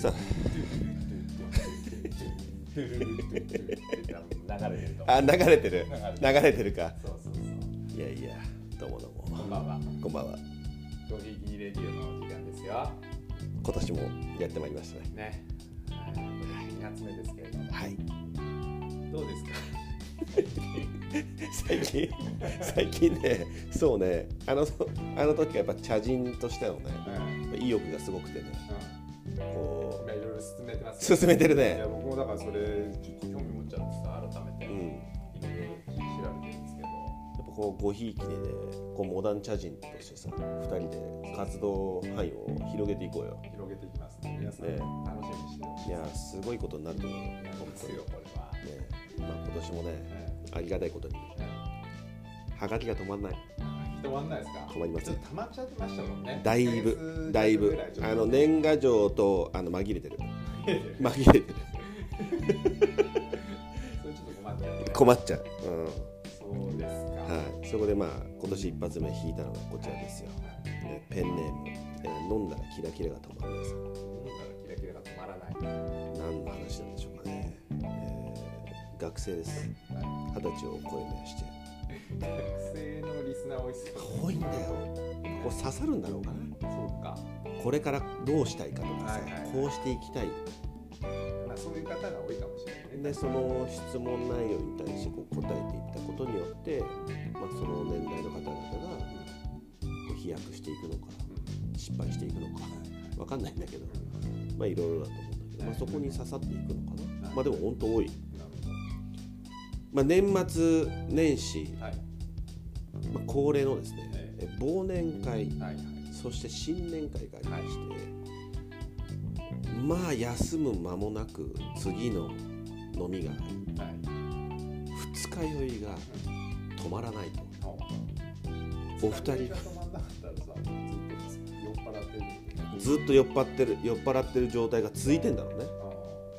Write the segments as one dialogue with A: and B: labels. A: さ
B: トゥルルルトゥルルルって多分流れてると思う
A: あ流れてる
B: 流
A: 流
B: れ
A: れてるか
B: そうそうそ
A: いやいやどうもどう
B: うこん
A: も
B: ばんは
A: こんばんは
B: ごひいきにレディオの時間ですよ
A: 今年もやってまいりましたね
B: ねあーこれ二発目ですけれども
A: はい
B: どうですか
A: 最近最近ねそうねあのあの時はやっぱ茶人としてのね
B: うんうん
A: 意欲がすごくてねこ
B: 今いろいろ進めてますよ
A: う進めてる
B: い
A: ね
B: や僕もだからそれちょっと興味持っちゃってさ改めて
A: う
B: い
A: んや
B: ろいろ調べてるんですけど
A: っぱこうごひいきにねこうモダン茶人としてさ2人で活動範囲を広げていこうよ
B: 広げていきますね皆さん
A: ね
B: 楽しみにしてます
A: いやすごいことになると思うよ
B: いや
A: 本
B: です
A: 当に
B: よこれは
A: ねまあ今年もね
B: う
A: ありがたいことに
B: んうん
A: はがきが止まんない
B: 止まんないですか
A: 止まりません
B: ちょっと溜まっちゃってましたもんね
A: だい
B: 一ヶ
A: ぶ
B: 月
A: だい
B: ぐ
A: ぶ
B: らちょっと
A: あの年賀状とあの紛れてる
B: いやいや
A: 紛れてる
B: それちょっと困っちゃうね
A: 困っちゃう、うん
B: そうですか
A: はい、そこでまあ今年一発目引いたのがこちらですよ、えペンネーム、えー飲んだらキラキラが止まらないさん
B: キラキラが止まらない
A: 何の話なんでしょうかね、えー学生です二十歳を超えまして
B: 学生のリスナー多いっすよ
A: 多いんだよこう刺さるんだろうかな
B: そうか
A: これからどうしたいかとかさ、
B: はいはい
A: こうしていきたい
B: まあそういう方が多いかもしれないね
A: でその質問内容に対してこう答えていったことによって、まあ、その年代の方々がこう飛躍していくのか
B: うん
A: 失敗していくのか分かんないんだけどまあいろいろだと思うんだけど、まあ、そこに刺さっていくのかな、
B: はい
A: まあでも本当多い、
B: なるほ
A: まあ、年末年始
B: ど、はい
A: まあ、恒例のですね、
B: え
A: え忘年会
B: はいはい
A: そして新年会がありまして、まあ休む間もなく次の飲みが
B: はい
A: 二日酔いが止まらないとお二人
B: おが止まんなかったらさずっと酔っ払ってる
A: ずっと酔っ払ってる酔っ払ってる状態が続いてんだろうね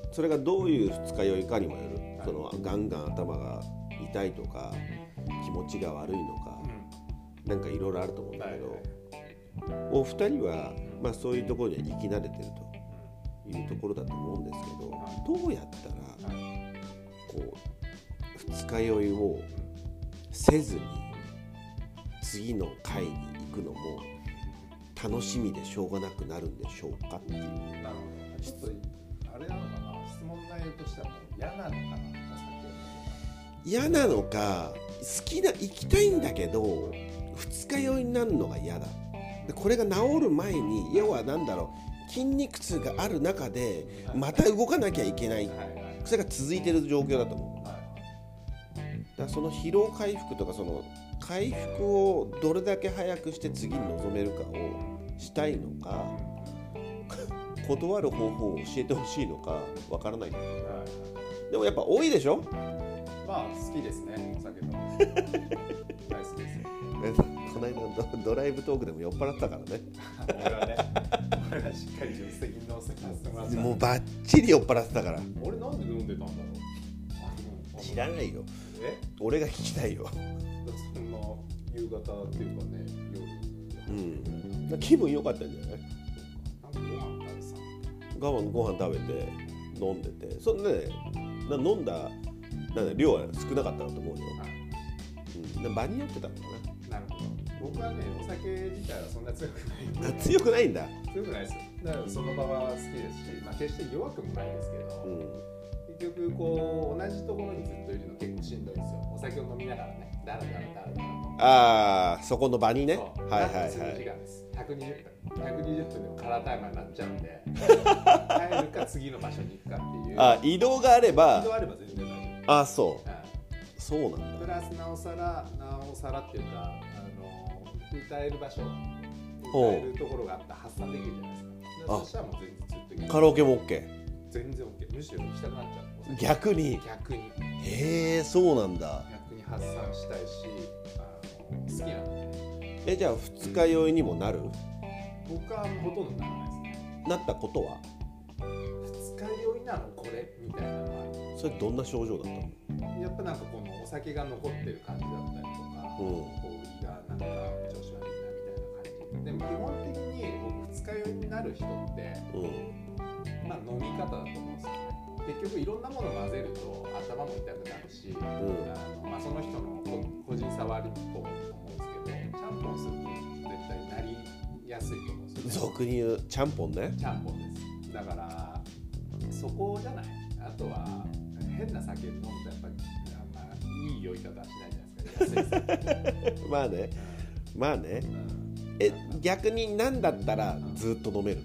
B: あ
A: それがどういう二日酔いかにもよる
B: はい
A: そのガンガン頭が痛いとか気持ちが悪いのか
B: ーうん
A: なんかいろいろあると思うんだ
B: は
A: け
B: い
A: ど、
B: はい
A: お二人は、まあ、そういうところには生き慣れてるというところだと思うんですけどどうやったら
B: うんはい
A: こう二日酔いをせずに次の回に行くのも楽しみでしょうがなくなるんでしょうかっていう
B: なるほど。ちょっとあれなのかな、質問内容としてはもう嫌なのかな、
A: 嫌なのか好きな行きたいんだけど二日酔いになるのが嫌だでこれが治る前に要は何だろう筋肉痛がある中でまた動かなきゃいけない
B: はいはいはい。
A: それが続いてる状況だと思うだからその疲労回復とかその回復をどれだけ早くして次に臨めるかをしたいのか 断る方法を教えてほしいのかわからないでもやっぱ多いでしょ
B: まあ好きですね、お酒と。大好きですよ。
A: えこの間ドドライブトークでも酔っ払ってたからね
B: 俺はね、俺はしっかり助手席に乗せさせてもらった。
A: もうバッチリ酔っ払ってたから
B: 俺なんで飲んでたんだろう。あの
A: 知らないよ
B: え、
A: 俺が聞きたいよ
B: そんな夕方っていうかね、夜。
A: うん気分良かったんじゃない
B: なんかご飯食べてさ。
A: 我慢ご飯食べて飲んでてそんでねな飲んだなんだ量は少なかったなと思うよ、うんで、場に酔ってたのか
B: なるほど。僕はね、お酒自体はそんな強くないんで
A: なあ強くないんだ
B: 強くないですよだからその場は好きですし、まあ、決して弱くもないですけど、
A: うん
B: 結局こう同じところにずっといるの結構しんどいんですよお酒を飲みながらねだらだらだらだら
A: ああそこの場にね
B: そう
A: はいは
B: ラップ
A: い
B: す
A: は
B: る
A: い
B: 時間です120分120分でもカラータイマーになっちゃうんで帰るか次の場所に行くかっていう
A: あ移動があれ
B: 移
A: ば
B: 動あれば全然大丈
A: あそ
B: 夫、
A: うそうな
B: うん
A: ん
B: プ
A: だ
B: ラスなおさらなおさらっていうかあの歌える場所
A: ほう
B: 歌えるところがあったら発散できるじゃないですかで
A: あ
B: そしたらもう全然ずっと行く
A: カラオケも OK
B: 全然 OK むしろ行きたくなっちゃう
A: 逆に
B: 逆に
A: へえそうなんだ
B: 逆に発散したいしあの好きなの
A: えじゃあ二日酔いにもなる
B: 僕はほとんどならないで
A: なったことは
B: すね二日酔いなのこれみたいなのは
A: それどんな症状だったの
B: やっぱなんかこのお酒が残ってる感じだったりとか、
A: うん
B: こう胃がなんか調子悪いなみたいな感じでも基本的に僕二日酔いになる人って
A: うん
B: まあ飲み方だと思うんですよね結局いろんなもの混ぜると頭も痛くなるし、あのまあ、その人の個個人差はあると思うんですけどちゃんぽんすると絶対なりやすいと思うんですよね
A: 俗に言うちゃんぽんね
B: ちゃんぽんですだからそこじゃないあとは変な酒飲むとやっぱりあんまいい酔い方はしないじゃないですか安い酒、
A: まあねまあね
B: うん
A: え逆に何だったらずっと飲める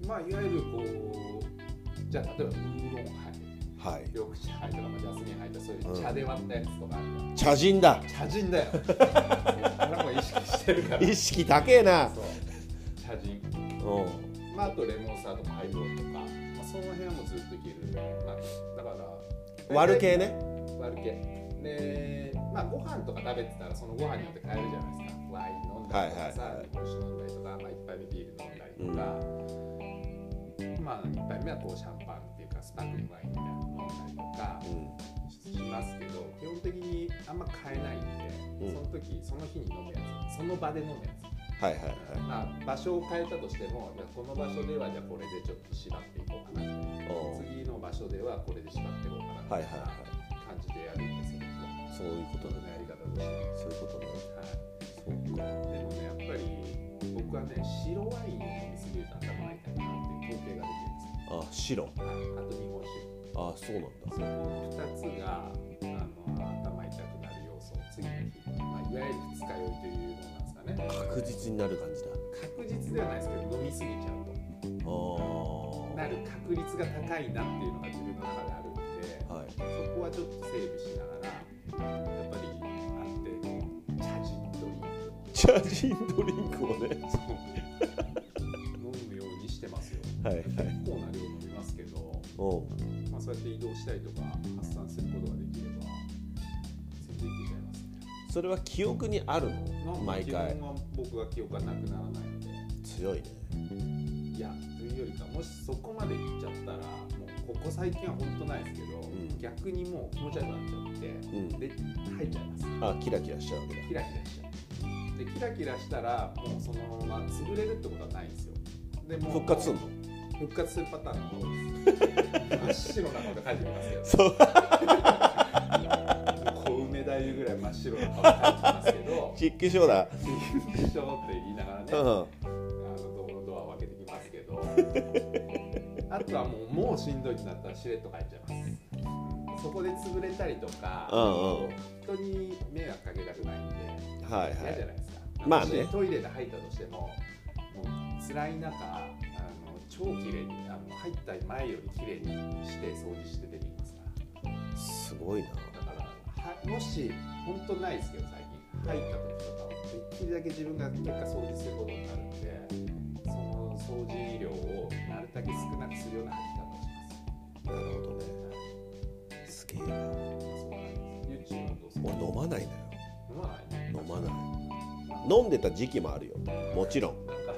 A: の
B: まあ、いわゆるこう、じゃあ、例えばウーロンハイ、
A: はい
B: 緑茶ハイとか、まあジャスミンハイとか、そういう茶で割ったやつとかあるか
A: 茶人だ
B: ら、茶人だよ。 それも意識してるから。
A: 意識高えな
B: そう。茶人。
A: う
B: まあ、あとレモンサワーとかハイボールとか、まあ、その辺はもうずっといける。まあ、だから、
A: ん割る系ね
B: 割る系。で、まあ、ご飯とか食べてたら、そのご飯によって変えるじゃないですか。ワイン飲んだりとかさ、
A: はいはいはい
B: 日本酒飲んだりとか、まあ、一杯目ビール飲んだりとか、まあ、一杯目はこうシャンパンっていうか、スパークリングワインみたいなの飲んだりとか
A: う
B: しますけど、基本的にあんま変えないんで、
A: うん
B: その時、その日に飲むやつ、その場で飲むやつ。
A: んはいはいはい
B: まあ、場所を変えたとしてもじゃあこの場所ではじゃあこれでちょっと縛っていこうかな
A: うん
B: 次の場所ではこれで縛っていこうか
A: は
B: なみた
A: いはいい
B: な
A: は
B: 感じでやるんです
A: そ
B: よ僕は
A: ういうことだ
B: 僕のや
A: ね
B: り方とし
A: そ
B: ては
A: ういうことねそうか
B: いでもねやっぱり僕はね白ワインを飲みすぎると頭が痛くなるっていう統計がで
A: あ白
B: きるんですよはいあと日本
A: あそ
B: 酒
A: うなんだ
B: その2つがあの頭痛くなる要素次の日、まあ、いわゆる二日酔いというものなんですかね
A: 確実になる感じだ
B: 確実ではないですけど飲みすぎちゃう
A: あ
B: と
A: ー
B: なる確率が高いなっていうのが自分の中であるんで、
A: はい
B: そこはちょっと整備しながらやっぱりあって茶人ドリ
A: 茶
B: ン
A: 人ドリンクをね
B: ク飲むようにしてますよ
A: はいはい
B: 結構な量飲みますけど、
A: うん
B: まあ、そうやって移動したりとか発散することができれば全然いけちゃいますね
A: それは記憶にある
B: なん
A: の
B: か
A: 毎回
B: 基本は僕は記憶がなくならないので
A: 強いね
B: いやというよりかもしそこまでいっちゃったらもうここ最近は本当ないですけど、
A: ん
B: 逆にもう気持ち悪くなっちゃって、
A: ん
B: で入っちゃいます
A: あキラキラしちゃうわけだ
B: キラキラしちゃうでキラキラしたらもうそのまま潰れるってことはないんですよでもう
A: 復活すんの
B: 復活するパターンが多いです 真っ白な顔で描いてますけど
A: そう
B: 小梅太夫ぐらい真っ白な顔で描いてますけ ど
A: チックショーだ
B: 一緒って言いながらね、
A: うん
B: あのドドアを開けてきますけどあとはもうもうしんどいってなったらしれっと帰っちゃいますそこで潰れたりとか、
A: うんうん
B: 人に迷惑かけたくないんで
A: はいは
B: 嫌じゃ
A: い
B: ないですか、
A: まあね
B: もしトイレで入ったとしてももう辛い中あの超綺麗にあの入った前より綺麗にして掃除して出てきますから
A: すごいな
B: だからはもし本当ないですけど最近入った時とかはできるだけ自分が結果掃除することになるんでその掃除量をなるだけ少なくするような履き方をし
A: なるほどねすげえな
B: ます。まあそうなんです YouTube はどうする
A: 俺飲まないんだよ
B: 飲まない
A: 飲まない
B: 飲
A: 飲んでた時期もあるよもちろん
B: なんかあっ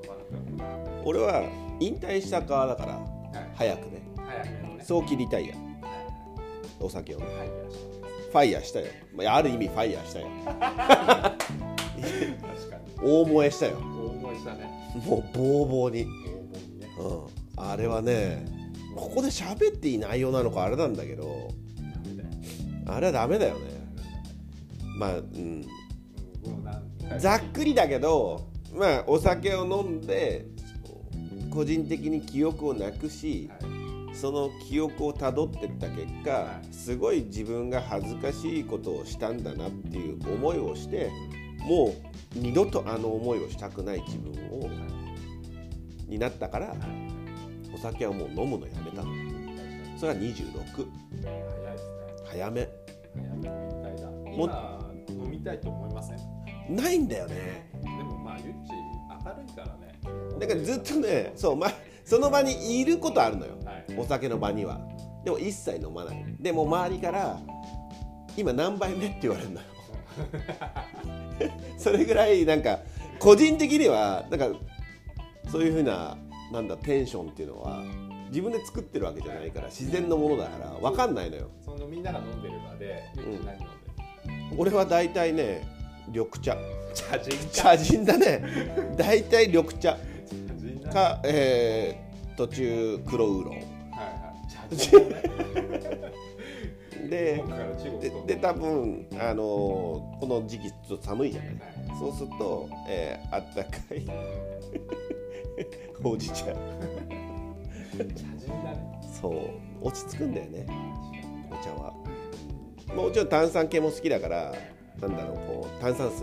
B: たから飲まなくなっ
A: 俺は引退した側だから
B: たはい
A: 早くね
B: 早めのね
A: 早期リタイア
B: は
A: お酒をね
B: いはいいらっしゃいます
A: ファイヤーしたよまあある意味ファイヤーしたよ
B: 確かに
A: 大燃えしたよ
B: 大思いしたね
A: もうボーボーに
B: 黄金にね
A: うんあれはねここで喋っていい内容なのかあれなんだけど
B: ダメだよ
A: あれはダメだよねまあうん
B: うんもう何回
A: ざっくりだけどまあお酒を飲んで個人的に記憶をなくし
B: はい
A: その記憶をたどってった結果
B: はい
A: すごい自分が恥ずかしいことをしたんだなっていう思いをしてもう二度とあの思いをしたくない自分をになったからお酒はもう飲むのやめたのそれは26
B: 早いですね
A: 早め
B: 早めの引退だ
A: も
B: 今飲みたいと思いませんで
A: ないんだよね
B: もまあゆっち明るいからね
A: だからずっとねそう、まあ、その場にいることあるのよ
B: はい
A: お酒の場にはでも一切飲まないでもう周りから「今何杯目?」って言われるのよ それぐらいなんか個人的にはなんかそういうふうななんだテンションっていうのは自分で作ってるわけじゃないから自然のものだから分かんないのよ
B: そのみんなが飲んでる場でゆっち何飲んでる
A: 俺は大体ね緑茶
B: 茶人か
A: 茶人だね大体緑茶
B: 茶人だ
A: か、え途中黒ウーロ
B: はいはいじゃあ中国ね
A: ンで
B: 中国から中国
A: で
B: 飛ん
A: で多分あのこの時期ちょっと寒いじゃない
B: はい
A: そうすると、えーあったかい ほうじ茶
B: 茶人だね
A: そう落ち着くんだよねお茶はもちろん炭酸系も好きだからなんだろうこう炭酸水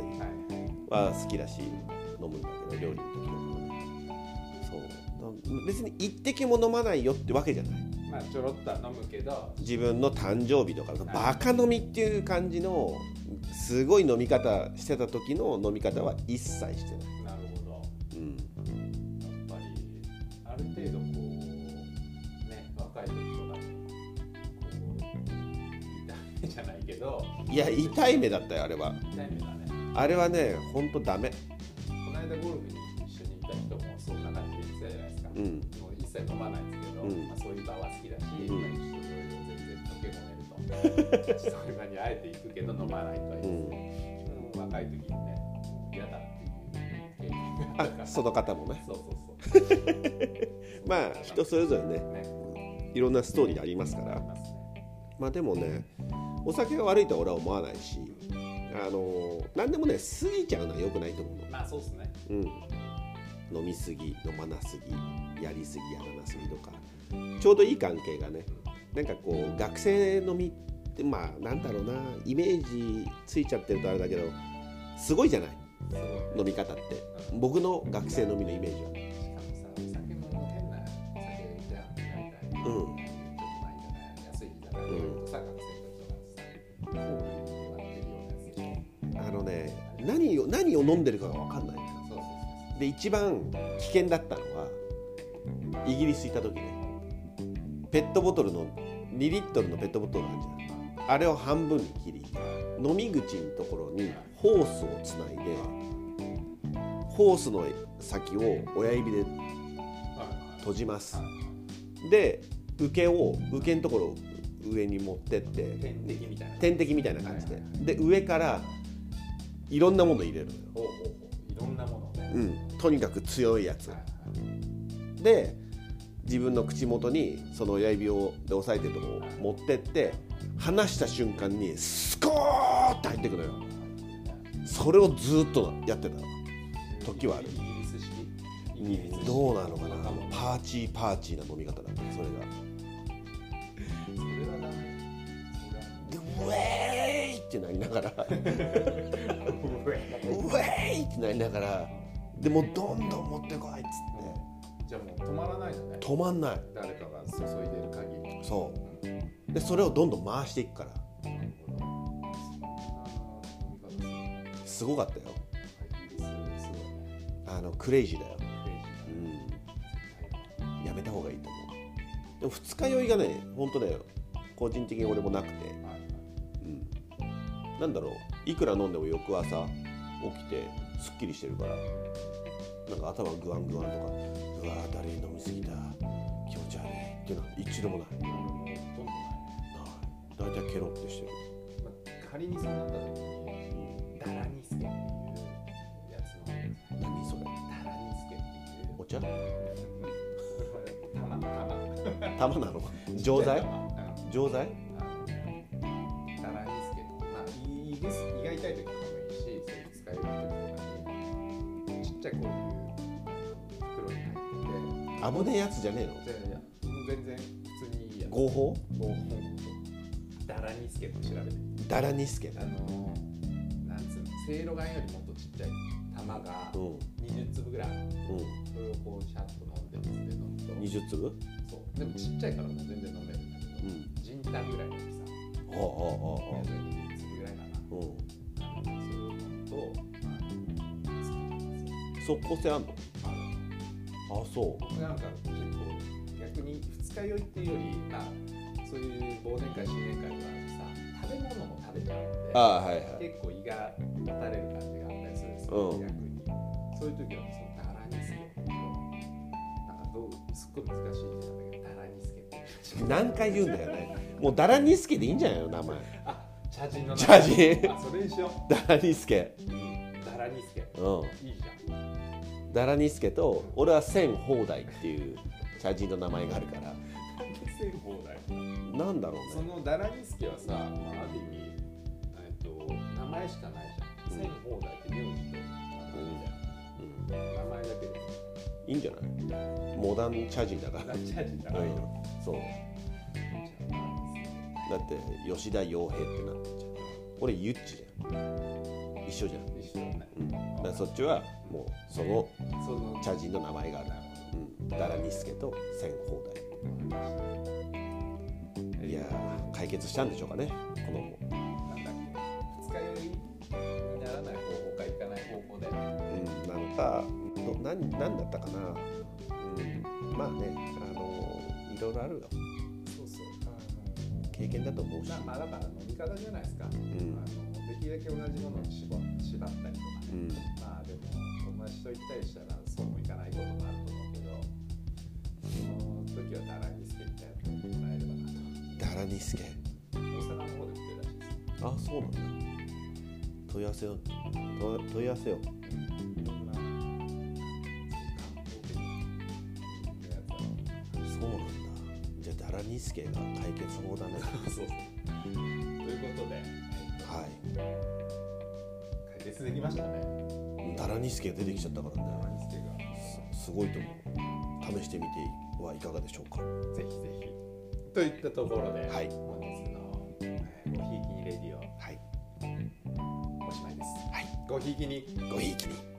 B: はい
A: は好きだし飲むんだけど料理の時とかもねそうだ別に一滴も飲まないよってわけじゃない
B: まあちょろっとは飲むけど
A: 自分の誕生日とかバカ飲みっていう感じのすごい飲み方してた時の飲み方は一切してない、
B: なるほど
A: うん、
B: やっぱりある程度こうね若い時とかこう痛いじゃないけど
A: いや痛い目だったよあれは
B: 痛い目だね
A: あれはねほんとダメ
B: この間ゴルフに一緒にいた人もそんな感じで言ってたじゃないですか、
A: うん
B: もう一切飲まないんですけど、
A: うん
B: まあ、そういう場は好きだし、
A: うん
B: まあ一緒に全然溶け込めると そういう場にあえて行くけど飲まないとは
A: う
B: 言う、
A: ん
B: うん、若い時にね嫌だっていう経験があるから
A: あその方もね
B: そうそうそ
A: まあ人それぞれね
B: うね
A: いろんなストーリーありますか
B: あ
A: ら
B: りますね
A: まあでもねお酒が悪いとは俺は思わないしあの何でもね過ぎちゃうのは良くないと思うの
B: まあそうっすね
A: うん、飲みすぎ飲まなすぎやりすぎやらなすぎとかちょうどいい関係がねなんかこう学生飲みってまあなんだろうなイメージついちゃってるとあれだけどすごいじゃない
B: すごい
A: 飲み方って僕の学生飲みのイメージは
B: しかもさ、お酒も変なお酒じゃん、大体。ちょっとないじゃない。安いじゃない。
A: うん
B: さ、学生とかさ、こうなってるようなやつでしょ。
A: あのね何を何を飲んでるかが分かんないのよ
B: そうそう
A: で一番危険だったのはイギリス行った時ねペットボトルの2リットルのペットボトルあるじゃんあれを半分に切り飲み口のところにホースをつないでホースの先を親指で
B: そうそう。
A: 閉じます
B: はい
A: で受けを受けのところを上に持ってっ
B: い。
A: て
B: 点滴みたいな。
A: 点滴みたいな感じ
B: は
A: で
B: いは
A: で上からいろんなもの入れるのよ、
B: ほうほうほう。いろんなものをね。
A: うん、とにかく強いやつ
B: はいはい
A: で自分の口元にその親指をで押さえてるとこを持ってって離した瞬間にスコーって入ってくのよそれをずっとやってたの時はある
B: イギリス式イギリス式
A: どうなのかな
B: それは
A: パーチーパーチーな飲み方だったそれが
B: ダメ。
A: でウェーイってなりながらウ
B: それは
A: ェーイってなりながらでもうどんどん持ってこいっつ
B: じゃあもう止まらないのね
A: って。止まんない
B: 誰かが注いでる限り。
A: そうでそれをどんどん回していくから
B: なるほど。そんな飲み方するのはいいですね
A: すごかったよ
B: すごいね
A: あのクレイジーだよ、
B: クレイジ
A: うん
B: ーだね
A: やめた方がいいと思うでも二日酔いがね本当だよ個人的に俺もなくて、
B: はい
A: うん、なんだろういくら飲んでも翌朝起きてすっきりしてるからなんか頭グワングワンとかうわーだるい飲みすぎた気持ち悪いっていうのは一度もないない
B: はいほとんどな
A: 大
B: い
A: 体ケロってしてる
B: まあ仮にそうなった時に、ダラニスケっていうやつの、
A: 何それ
B: ダラニスケっていう
A: お茶
B: うん、玉玉
A: 玉なの錠剤
B: うんあ
A: 錠剤
B: のダラニスケって、まあ、胃胃です胃が痛い時とかもいいし、そういう使える時とかに、ちっちゃいこういう袋に入ってて、
A: 危ねえやつじゃね
B: いやいや、全然普通にいい
A: え
B: や
A: の。合法
B: 合法ダラニスケって調べて。
A: ダラニスケだ
B: あのー、なんつうの、せいろがんよりもっとちっちゃい玉が
A: うん
B: 20粒ぐらい、
A: う
B: それをこうシャッと飲んでますね、飲むと
A: ん。20粒
B: そう。でもちっちゃいからもう全然飲めるん
A: う
B: だけど、
A: ん
B: ジンタンぐらいの大きさ、
A: ああああああ
B: 20粒ぐらいかな。
A: うん
B: あのそれを飲むと、あの好きなんですよ
A: 即効性あんの
B: あの
A: あそ
B: なんか結構逆に二日酔いっていうより、まあ、そういう忘年会新年会はさ食べ物も食べちゃうんで
A: ああはいはい
B: 結構胃がもたれる感じがあったりするんですよ、
A: うん
B: 逆にそういう時はそのダラニスケってなんかどうすっごい難しいってなんだけどダラニスケって
A: 何回言うんだよねもうダラニスケでいいんじゃないの名前
B: あ茶人の名
A: 茶
B: 前
A: 人
B: あそれにしよ
A: ダラニスケ
B: う、ダラニスケ
A: う
B: いいじゃん
A: んダラニスケと俺は千放題っていう怪人の名前があるから
B: 竹製法だよ
A: なんだろ
B: そう
A: ね
B: のダラニスケはさ、まあ、ある意味、えっと、名前しかないじゃん。千宝大って名字と名前じゃん。名前だけで。
A: いいんじゃないモダンチャジだから
B: ラッチャージじゃ
A: う
B: ない
A: ん
B: よ。
A: そうだって吉田洋平ってなってんじゃん俺ゆっちじゃん一緒じゃん、
B: 一緒だね。
A: うん、だからそっちはもうその
B: その
A: 茶人の名前がある
B: なる
A: うんだからニスケと千宝台
B: ほど。わかりました
A: いやー解決したんでしょうかねこの
B: なんだっけ、二日酔いにならない方法か行かない方法だよね。
A: うん、なのかど何何だったかな、うん、まあねあのいろいろあるよ
B: そうそう。
A: 経験だと思うし、
B: まあ、まあ、だから飲み方じゃないですか。
A: ん
B: あのできるだけ同じものに絞縛ったりとかね。
A: うん、
B: まあでも友達と行ったりしたらそうもいかないこともあると思うけどその時はダラにスケみたいなのをもらえればなと
A: だらにすけ
B: 大阪の方で売ってるらしいです
A: あそうなんだ問い合わせよう問い問い合わせよう
B: いろんな
A: そうなんだ
B: や
A: じゃあだらにすけが解決法 だね
B: つをそうということで
A: は
B: 解決できましたね
A: いだらにすけが出てきちゃったから
B: ダラ
A: ね
B: にスケ
A: すすごいと思う試してみてはいかがでしょうか
B: がぜひぜひといったところで、
A: はい
B: 本日のえーごひいきにレディ
A: はい
B: オおしまいです
A: はい
B: ごひいきに
A: ごひいきに